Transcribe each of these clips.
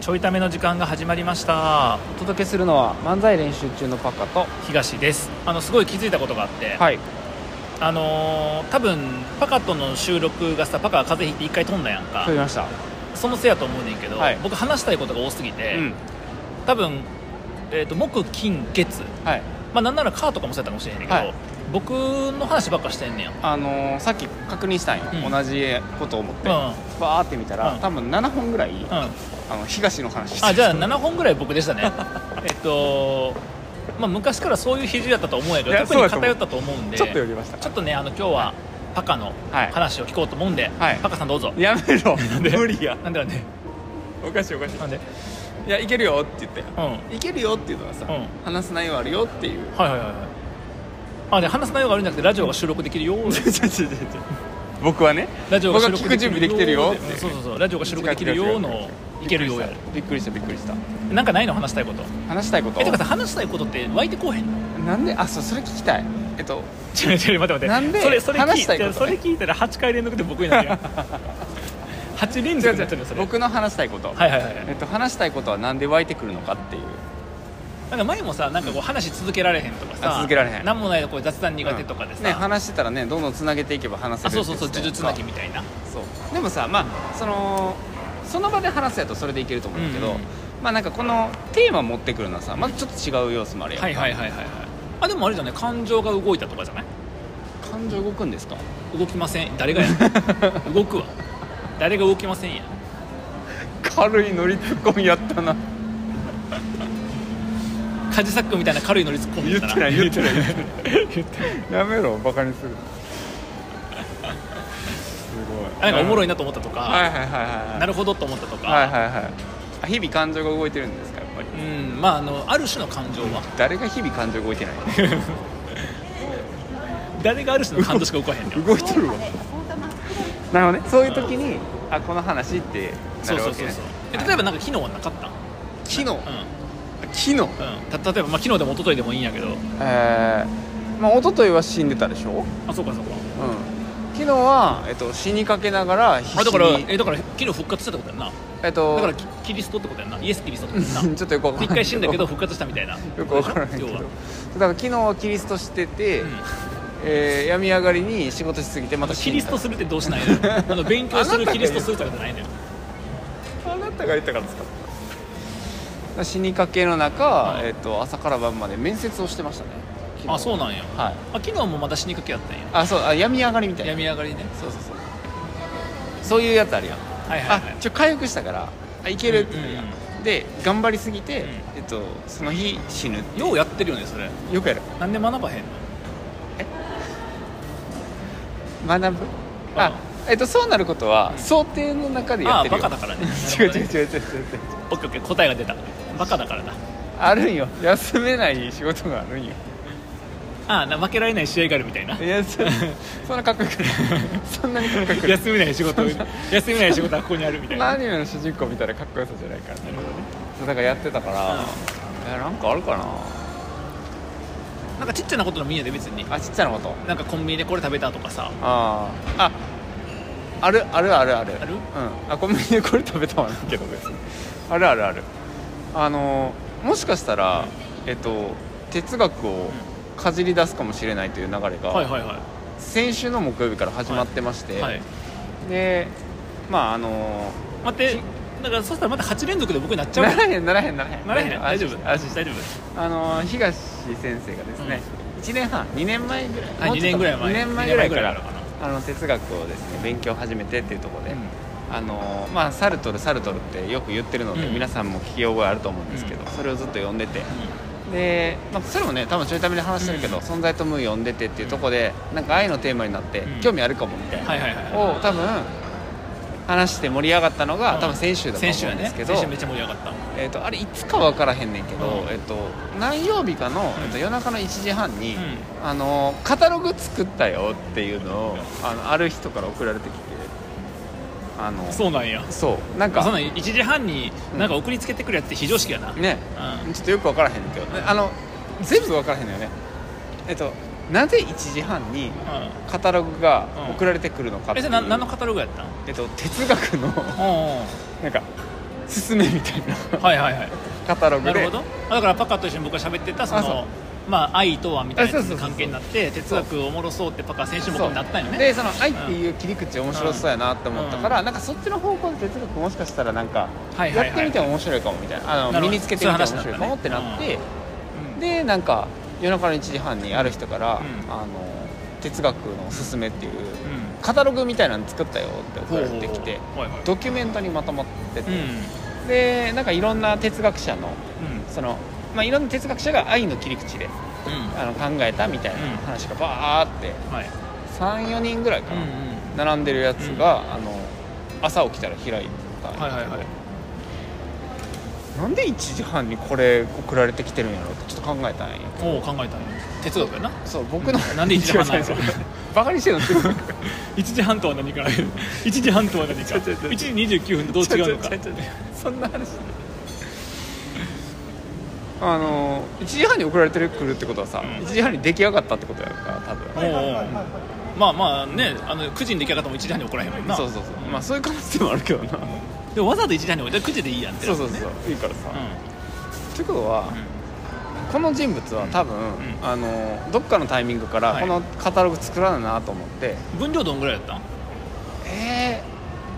ちょいための時間が始まりましたお届けするのは漫才練習中のパカと東ですあのすごい気づいたことがあって、はいあのー多分パカとの収録がさパカが風邪ひいて一回飛んだやんか飛びましたそのせいやと思うねんけど、はい僕話したいことが多すぎて、うん多分、えー、と木金月、はいまあなんならカーとかもそうやったかもしれへんねんけど、はい僕の話ばっかしてんねんやあのーさっき確認したんよ、うん同じことを思って、うんバーって見たら、うん多分7本ぐらい、うんあの東の話してあじゃあ7本ぐらい僕でした ねえっとまあ昔からそういう比重やったと思うんやけどいや特そにうやと思う偏ったと思うんでちょっと寄りましたちょっとねあの今日はパカのはい話を聞こうと思うんで、はいパカさんどうぞやめろで無理やなんでなんでおかしいおかしなんでいいやいけるよって言ってうんはいいけるよっていうのはさ、うん話す内容あるよっていうはいはいはいあで話す内容があるんじゃなくてラジオが収録できるよ 僕はねラジオが僕は収録聞く準備できてるよっうんてそうそうそうラジオが収録できるよのいけるようやるびっくりしたびっくりしたなんかないの話したいこと話したいことえてかさ話したいことって湧いてこうへんのなんであそうそれ聞きたいえっと違う違う待って待って なんでそれそれ聞話したいいことたねそれ聞いたら8回連続で僕にな るやん8連違う続に違なってるようそれ僕の話したいこと、はいはいはいえっと、話したいことはなんで湧いてくるのかっていうなんか前もさなんかこう話続けられへんとかさあ続けられへんなんもないとこう雑談苦手とかでね、さ話してたらねどんどんつなげていけば話せあるそうそうそう呪術つなぎみみたいなうそうでもさまあそのその場で話すやとそれでいけると思うんだけど、うんうんまあなんかこのテーマ持ってくるのはさまずちょっと違う要素もあるやんかはいはいはいはいはいあでもあれじゃない感情が動いたとかじゃない感情動くんですか動きません誰が や動くわ誰が動きませんや軽い乗りツッコミやったなカジサックみたいな軽いノリ突っ込んでたら言ってない言って言ってないやめろバカにするすごなんかおもろいななと思ったとか、はいはいはいはいなるほどと思ったとか、はいはいはいあ日々感情が動いてるんですかやっぱりうんまああのある種の感情は誰が日々感情動い てない誰がある種の感情しか動かへんねん動いてるわなるほどねそういう時にあこの話ってなそうるそうわけそうねそうえ例えばなんか昨日はなかった昨日うん昨日うんた例えば、まあ、昨日でも一昨日でもいいんやけどえーまあ一昨日は死んでたでしょうんあそうかそうか昨日は、えっと、死にかけながら必あ死だからにえだから昨日復活したってことやんなえっと だからキキリストってことやんなイエス・キリストってことやんなちょっとよくわかんない一回死んだけど復活したみたいな よくわからないけど要だはか、ら昨日はキリストしてて、えー病み上がりに仕事しすぎてまうんたキリスト死するってどうしない のよあの勉強すあなるたが言キうリストするとかじゃないのよんだあなたが言ったからですか死にかけの中、うんえっと、朝から晩まで面接をしてましたね昨日あそうなんやはいあ昨日もまた死にかけやったんやあそうあ病み上がりみたいな病み上がりねそうそうそうそういうやつあるやん、はいはいはいあちょ回復したからあいけるってなるやん、うんうんで頑張りすぎて、うんえっと、その日死ぬようやってるよねそれよくやるなんで学ばへんの学ぶあ、えっと、そうなることは想定の中であやっあてるバよカだからね 違う違う違う違う違う違オッうケーオッケー答えが出たバカだからだあるんよ休めない仕事があるんよああな負けられない試合があるみたいないやそ そんなかっこよくない そんなにかっこよくない休めない仕 事休めない仕事はここにあるみたいアなニメの主人公みたいなかっこよさじゃないからなるほどねそうだからやってたから、えなんかあるかななんかちっちゃなことのみんなで別にあちっちゃなことなんかコンビニでこれ食べたとかさあーああるあるあるあるあるうん、あコンビニでこ れ食べたわないけど別にあるあるあるあのーもしかしたら、えっと、哲学をかじり出すかもしれないという流れが、はいはいは先週の木曜日から始まってまして、いはいでまああの待ってだからそしたらまた8連続で僕になっちーゃうなよらへんならへんならへんならへん大丈夫安心して大丈夫あのー東先生がですね、1年半2年前ぐらいあもう2ちょっ年とぐらい前2年前ぐらいから二年前ぐらいあの哲学をですね勉強を始めてっていうところで、うんあのーまあ、サルトルサルトルってよく言ってるので、うん皆さんも聞き覚えあると思うんですけど、うんそれをずっと読んでて、うんで、まあ、それもね多分ちょいためで話してるけど、うん存在と無意読んでてっていうところでなんか愛のテーマになって、うん興味あるかもみたいな、はいはいはいを多分話して盛り上がったのが、うん多分先週だと先週は思うんでねすけど、先週めっちゃ盛り上がったえー、とあれいつか分からへんねんけど、うんえー、と何曜日かの、えー、と夜中の1時半に、うあのーカタログ作ったよっていうのをあのある人から送られてきてあのそうなんやそうなんかそんなん1時半になんか送りつけてくるやつって非常識やなうんねちょっとよく分からへんけどねあの全部分からへんのよねえっ、となぜ1時半にうんカタログがうん送られてくるのかってえい、そうれな何のカタログやったんえっと、哲学のおうおうなんか進めみたいなはいはいはいカタログなるでほどあだからパカと一緒に僕が喋ってたそあそのうまあ愛とはみたいあそうなそうそうそう関係になって哲学おもろそうってパカ先週もそうなったんよねでその愛っていう切り口面白そうやなって思ったから、なんかそっちの方向で哲学もしかしたらなんかはいはいはいやってみても面白いかもみたいななあのるほ身どにつけてみても面そうい白うい話かもってなんだねなって、うんでなんか夜中の1時半にある人から、うんあの哲学のおすすめっていううんカタログみたいなの作ったよって送ほらうれほうほうてきてはいはいドキュメントにまとまってうて、んでなんかいろんな哲学者のその、まあ、いろんな哲学者が愛の切り口でうんうんあの考えたみたいなうん話がバーってはい34人ぐらいかうんな、うん並んでるやつが、あの朝起きたら開いた、はいはいはいなんで1時半にこれ送られてきてるんやろってちょっと考えたんやおお考えたんよ哲学やなそう僕の、うんなんで1時半なんやろバカに してるの哲学1時半とは何か 1時半とは 何かちょちょちょ1時29分とどう違うのかちょちょちょちょそんな話あの1時半に送られてくるってことはさ、うん1時半に出来上がったってことやから多分おうおうまあまあねあの9時に出来上がったも1時半に怒らへんもんなそうそうそうまあそういう可能性もあるけどなでもわざと1時半に置いたら9時でいいやんってそうなるそもねうんそういいからさ、うんということは、この人物は多分、んあのどっかのタイミングはからいこのカタログ作らないなと思って、うん分量どんぐらいやったんえ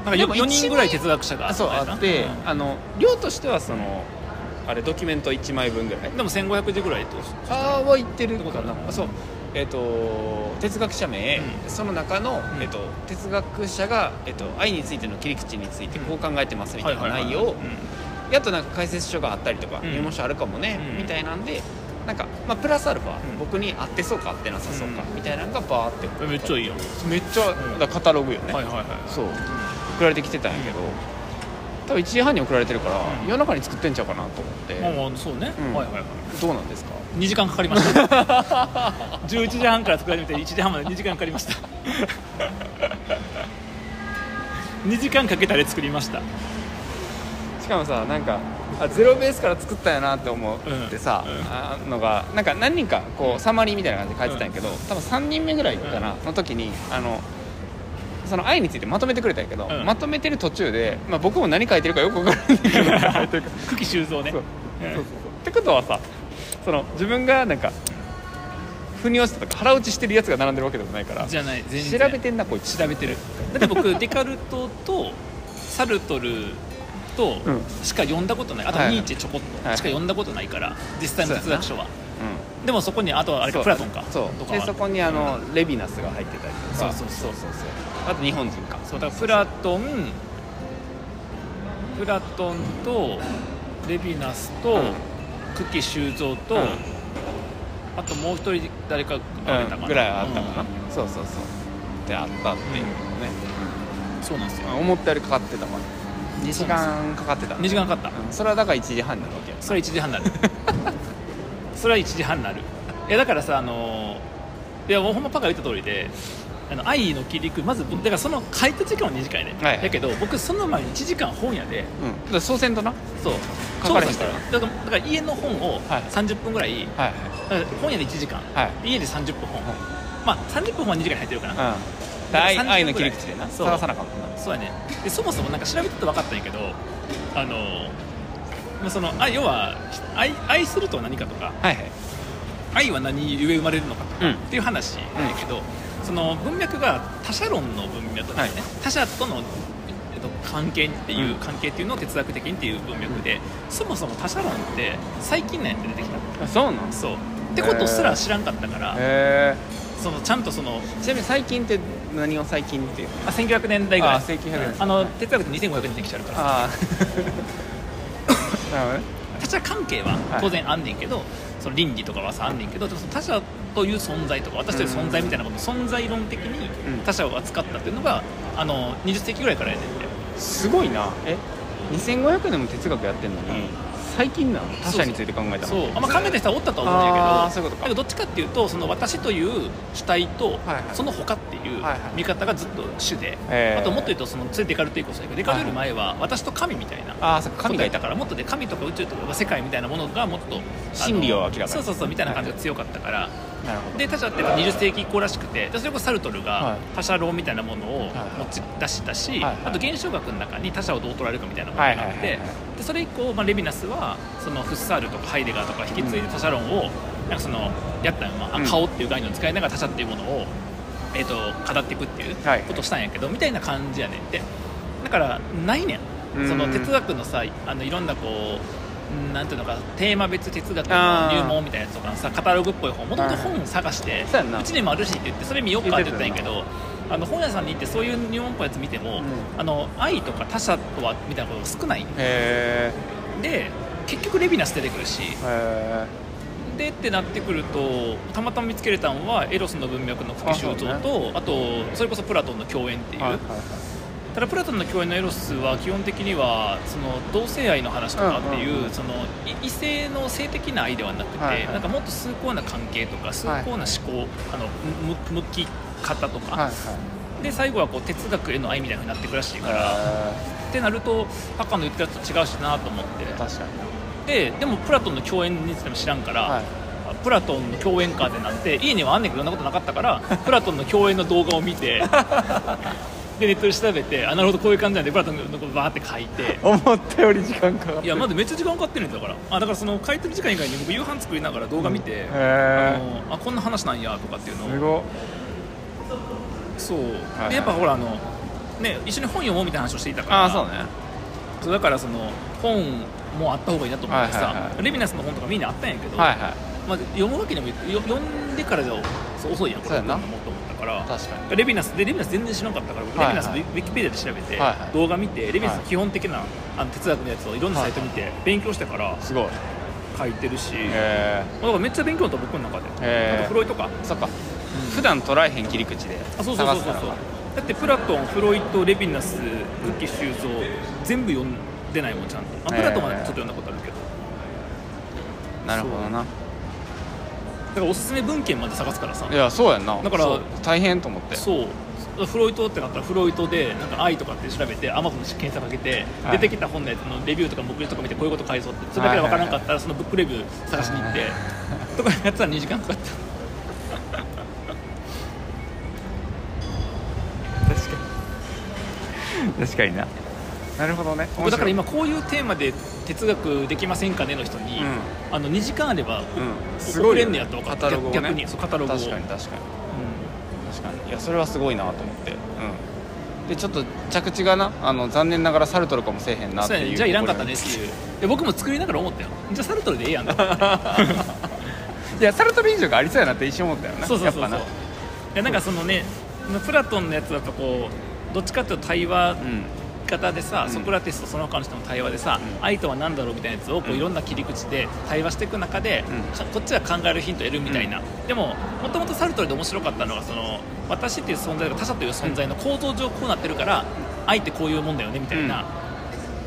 なんかでも4人ぐらい一枚哲学者があそうやなあって、うんあの量としてはそのあれドキュメント1枚分ぐらいでも1500字ぐらいってことああは言ってることかだななあそうえっ、と哲学者名、うその中の、んえっと哲学者が、えっと愛についての切り口についてこう考えてますみたいな内容を、やっとなんか解説書があったりとか、うん入門書あるかもね、うんみたいなんでなんか、まあ、プラスアルファ、うん僕に合ってそうか合ってなさそうか、うんみたいなのがバーってうんめっちゃいいやんめっちゃ、んだからカタログよね、はいはいはいそう送られてきてたんやけど、多分1時半に送られてるから、うん夜中に作ってんちゃうかなと思って、まあまあそうね、うんはいはいはいどうなんですか2時間かかりました11時半から作り始めて1時半まで2時間かかりました2時間かけたで作りましたしかもさなんかあゼロベースから作ったんやなって思ってさ、うんうんあのがなんか何人かこうサマリーみたいな感じで書いてたんやけど、多分3人目ぐらいかな、の時にあのその愛についてまとめてくれたんやけど、うんまとめてる途中で、まあ、僕も何書いてるかよく分からな いけど書いてるか久喜修造ね そううんそうそうそうってことはさその自分がなんか腑に落ちたとか腹落ちしてるやつが並んでるわけでもないから調じゃない全然べてんなこいつ調べてるだって 僕デカルトとサルトルとうんしか読んだことないあとはいはいニーチェちょこっとしはいはかい読んだことないから実際の哲学書はうんでもそこにあとはあれそかうプラトンかそとうかではそこにあの、レヴィナスが入ってたりとかそうそうそうそうあと日本人かそうだからプラトンプラトンとレヴィナスと、うん久喜修造と、うんあともう一人誰かうが出んたかなぐらいあったかな、うんそうそうそうってあったっていうのね、そうなんですよまあ思ったよりかかってたわ2時間かかってた2時間かかったうんそれはだから1時半になるわけやそれ1時半に なるそれは1時半になるいやだからさあのーいやもうほんまパカ言った通りであの愛の切り口まず僕だからその書いた時間は2時間やね、はいはいやけど僕その前に1時間本屋でうんだからそうせんとなはいそう書かれへん調査したらだからだから家の本をはい30分ぐらい、はいだから本屋で1時間はい家で30分本、まあ30分本は2時間に入ってるかな、うんだから愛30愛の切り口でなそう探さなかったなそうやねでそもそもなんか調べてて分かったんやけどあのーまあそのあ要は愛愛するとは何かとかはいはい愛は何故生まれるのかとかうんっていう話なんやけど、その文脈が他者論の文脈だよね、は他者との、えっと、関係っていう、うん関係っていうのを哲学的にっていう文脈で、そもそも他者論って最近なんやって出てきたあそうなんへそうってことすら知らんかったから、えそのちゃんとそのちなみに最近って何を最近っていうのあ1900年代ぐらいあ1900年代うんあの哲学って2500年できちゃうからあ あなるほどね他者関係は当然あんねんけど、その倫理とかはさあんねんけどでもその他者という存在とか私という存在みたいなこと、存在論的にうん他者を扱ったっていうのがあの20世紀ぐらいからやねんてすごいなえ2500年も哲学やってんのに、うん最近なの他者について考えたのそうあんま考えた人はおったとは思うんあやーけそうどいうことかだけどどっちかっていうとその私という主体と、はいはいその他っていうはいはい見方がずっと主で、へーあともっと言うとそのついデカルト以降そうやけどデカルトより前は私と神みたいなああそうか神神ががいいたたからもっとで神とか宇宙とか世界みたいなものがもっとあの真理を明らかにそうそうそうみたいな感じが強かったから、なるほどで他者ってやっぱ20世紀以降らしくてでそれこそサルトルはがい他者論みたいなものをいはい持ち出したし、はいはいあと現象学の中に他者をどう捉えるかみたいなものはいがはいあはっいてでそれ以降、まあ、レヴィナスはそのフッサールとかハイデガーとか引き継いで他者論をなんかそのやったよ、まあうん顔っていう概念を使いながら他者っていうものを、えー、と語っていくっていうはいことをしたんやけど、みたいな感じやねんってだからないねんうんその哲学のさあのいろんなこうなんていうのかテーマ別哲学の入門みたいなやつとかのさカタログっぽい本もともと本探してそうやんなうちにもあるしって言ってそれ見ようかって言ったんやけどあの本屋さんに行ってそういう入門っぽいやつ見ても、うんあの愛とか他者とはみたいなことが少ないへで結局レヴィナス出てくるしえへでってなってくるとたまたま見つけれたのはエロスの文脈の福あ修そう造ねとあ,、とそれこそプラトンの共演ってえいう、はいはいただプラトンの共演のエロスは基本的にはその同性愛の話とかっていう,、うんうんうんそのい異性の性的な愛ではなくて、はいはいなんかもっと崇高な関係とか崇高な思考、あのむむ向き方とか、はいはいで最後はこう哲学への愛みたいになってくらしいから、はってなるとハッカーの言ってたやつと違うしなと思ってい確かになででもプラトンの共演についても知らんから、はあいプラトンの共演かってなっていいねはあんねんけどそんなことなかったから プラトンの共演の動画を見てでネットで調べてあなるほどこういう感じなんでプラトンのことバーって書いて思ったより時間かかっいやまだめっちゃ時間かかってるんだからあだからその書いてる時間以外に僕夕飯作りながら動画見て、へあえのあこんな話なんやとかっていうのをすごっそう、はいはいでやっぱほらあのね一緒に本読もうみたいな話をしていたからああそうねそうだからその本もあった方がいいなと思ってさ、はいはいはいレヴィナスの本とかみんなあったんやけど、はいはいまあ、読むわけにもいよ読んでからじゃそう遅いやんこそれうやなもっと思ったから確かにレヴィナスでレヴィナス全然知らなかったから僕レはヴいィはナいスでウィキペディアで調べて、はいはい動画見てレヴィナスのはい基本的なあの哲学のやつをいろんなサイト見て勉強してからすごい書いてるし、へだからめっちゃ勉強だった僕の中で、へーあとフロイトかえそっか普段捉えへん切り口であ探そうすそうかそらうそうだってプラトンフロイトレヴィナスクッキー修造全部読んでないもんちゃんと、あ、プラトンはちょっと読んだことあるけどなるほどなだからおすすめ文献まで探すからさいやそうやんなだからそう大変と思ってそうフロイトってなったらフロイトでなんか愛とかって調べてアマゾンの検索かけて、は出いてきた本のやつのレビューとか目次とか見てこういうこと書いそうってそれだけで分からなかったらそのブックレビュー探しに行って、はいとかやってたら2時間かかった確かに 確かにななるほどね僕だから面今こういうテーマで哲学できませんかねの人に、あの2時間あれば、白いうんす遅ごいれよんねやと分かっカてタログをね逆にそうカタログを確かに確うかに確かにいやそれはすごいなと思ってうんでちょっと着地がなあの残念ながらサルトルかもせえへんんなっそてうやいねうじゃあいらんかったねっていうで僕も作りながら思ったよじゃあサルトルでええやん といやサルトル以上がありそうやなって一瞬思ったよなそうそうそうそやうっぱないやなんかそのねプラトンのやつだとこうどっちかっていうと対話うん方でさ、うんソクラテスとその他の人の対話でさ、うん愛とは何だろうみたいなやつをこううんいろんな切り口で対話していく中で、うんかこっちは考えるヒントを得るみたいな、でももともとサルトルで面白かったのがその私っていう存在が他者という存在の構造上こうなってるから、愛ってこういうもんだよねみたいな。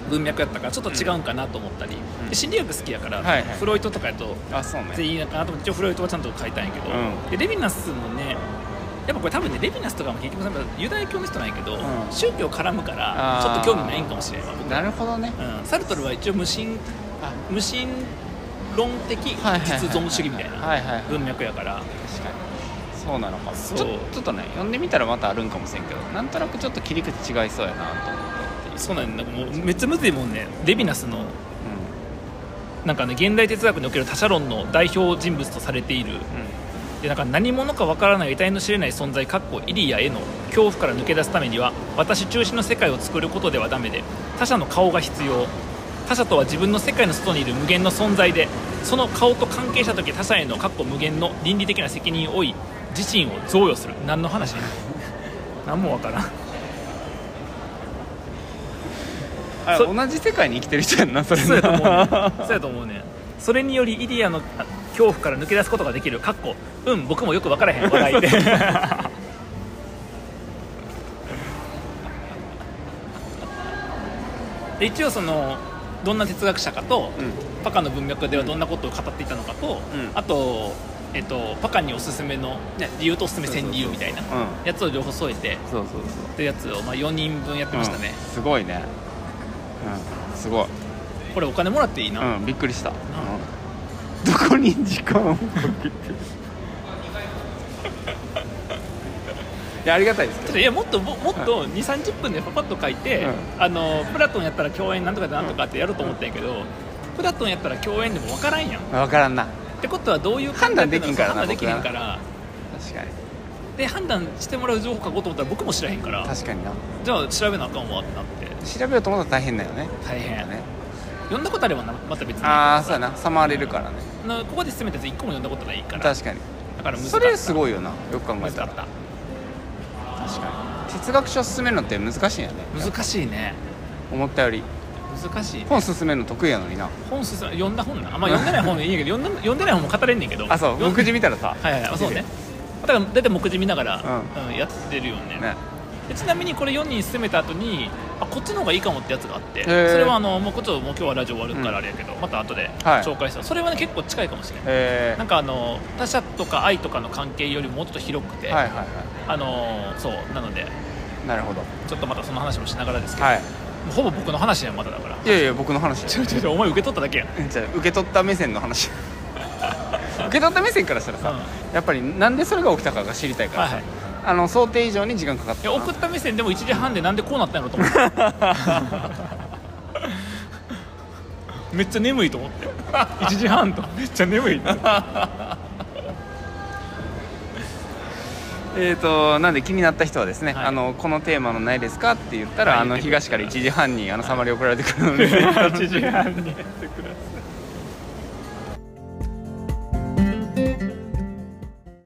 文脈やったからちょっと違うんかなと思ったり、うんで心理学好きやから、はいはいフロイトとかやとあそう全ね員いいのかなと思って一応フロイトはちゃんと書いたんやけど、うでレヴィナスもねやっぱこれ多分ねレヴィナスとかも結局ユダヤ教の人なんやけど、ん宗教絡むからあーちょっと興味ないんかもしれない僕なるほどねうん、サルトルは一応無神あ無神論的はいはいはい実存主義みたいなはいはいはい文脈やから、確かにそうなのかそうちょちょっとね読んでみたらまたあるんかもしれんけどなんとなくちょっと切り口違いそうやなと思ったっていうそうなんだなんかもうめっちゃむずいもんねレヴィナスのなんかね現代哲学における他者論の代表人物とされているうんうんでなんか何者かわからない得体の知れない存在かっこイリアへの恐怖から抜け出すためには私中心の世界を作ることではダメで他者の顔が必要他者とは自分の世界の外にいる無限の存在でその顔と関係した時他者へのかっこ無限の倫理的な責任を負い自身を贈与する何の話 何もわからんあそ同じ世界に生きてる人やんなそれな そうやと思うねそうやと思うねそれによりイリアのあ恐怖から抜け出すことができるかっこうん僕もよくわからへん笑い でで一応そのどんな哲学者かと、パカの文脈ではどんなことを語っていたのかと、うんあと、えっと、パカにおすすめのね理由とおすすめ千理由みたいなうんやつを両方添えてそうそうそうってやつを、まあ、4人分やってましたねうん、すごいねうんすごいこれお金もらっていいな、うんびっくりした、うんどこに時間をかけて いやありがたいですけちょっどといやもっとももっと2 3 0分でパパッと書いて、うあのプラトンやったら共演なんとかでなんとかってやろうと思ったんやけど、プラトンやったら共演でも分からんやんっ分からんなてことはどういう判断できんからな判断できへん僕から確かにらで判断してもらう情報書こうと思ったら僕も知らへんから確かになじゃあ調べなあかんわってなって調べようと思ったら大変だよね大変、ね読んだことあればなまた別にああそうやなさまれるからねなここで進めたやつ1個も読んだことないから確かにだから難しそれすいごいよなよく考え難たからっ確かに哲学書進めるのって難しいんやねた難しいね思ったより難しい本進めるの得意やのにな本進読んだ本なあんま読んでない本でいいんやけど読んだ読んでない本も語れんねんけどあそう読ん目次見たらさはいはいあそうねだから大体目次見ながら、うんやってるよねねでちなみにこれ4人進めた後にあこっちの方がいいかもってやつがあってそーれはあのもうこっちはもう今日はラジオ終わるかうんらあれやけど、また後ではい紹介した、それはね結構近いかもしれない、えなんかあの他者とか愛とかの関係よりもうちょっと広くて、ー、はいはいはあのそうなのでいなるほどちょっとまたその話もしながらですけど、はいもうほぼ僕の話やんまだだからいやいや僕の話ちょちょちょお前受け取っただけやんじゃあ受け取った目線の話 受け取った目線からしたらさ、うやっぱりなんでそれが起きたかが知りたいからさ、はいあの想定以上に時間かかっいたやな送った目線でも1時半でなんでこうなったんやろと 思ってめっちゃ眠いと思って1時半とめっちゃ眠 いえー、となんで気になった人はですね、はいあのこのテーマのないですかって言ったら、はいあの言ってくだ東さい から1時半にあのサマリ送られてくるので、 1時半にやってくださ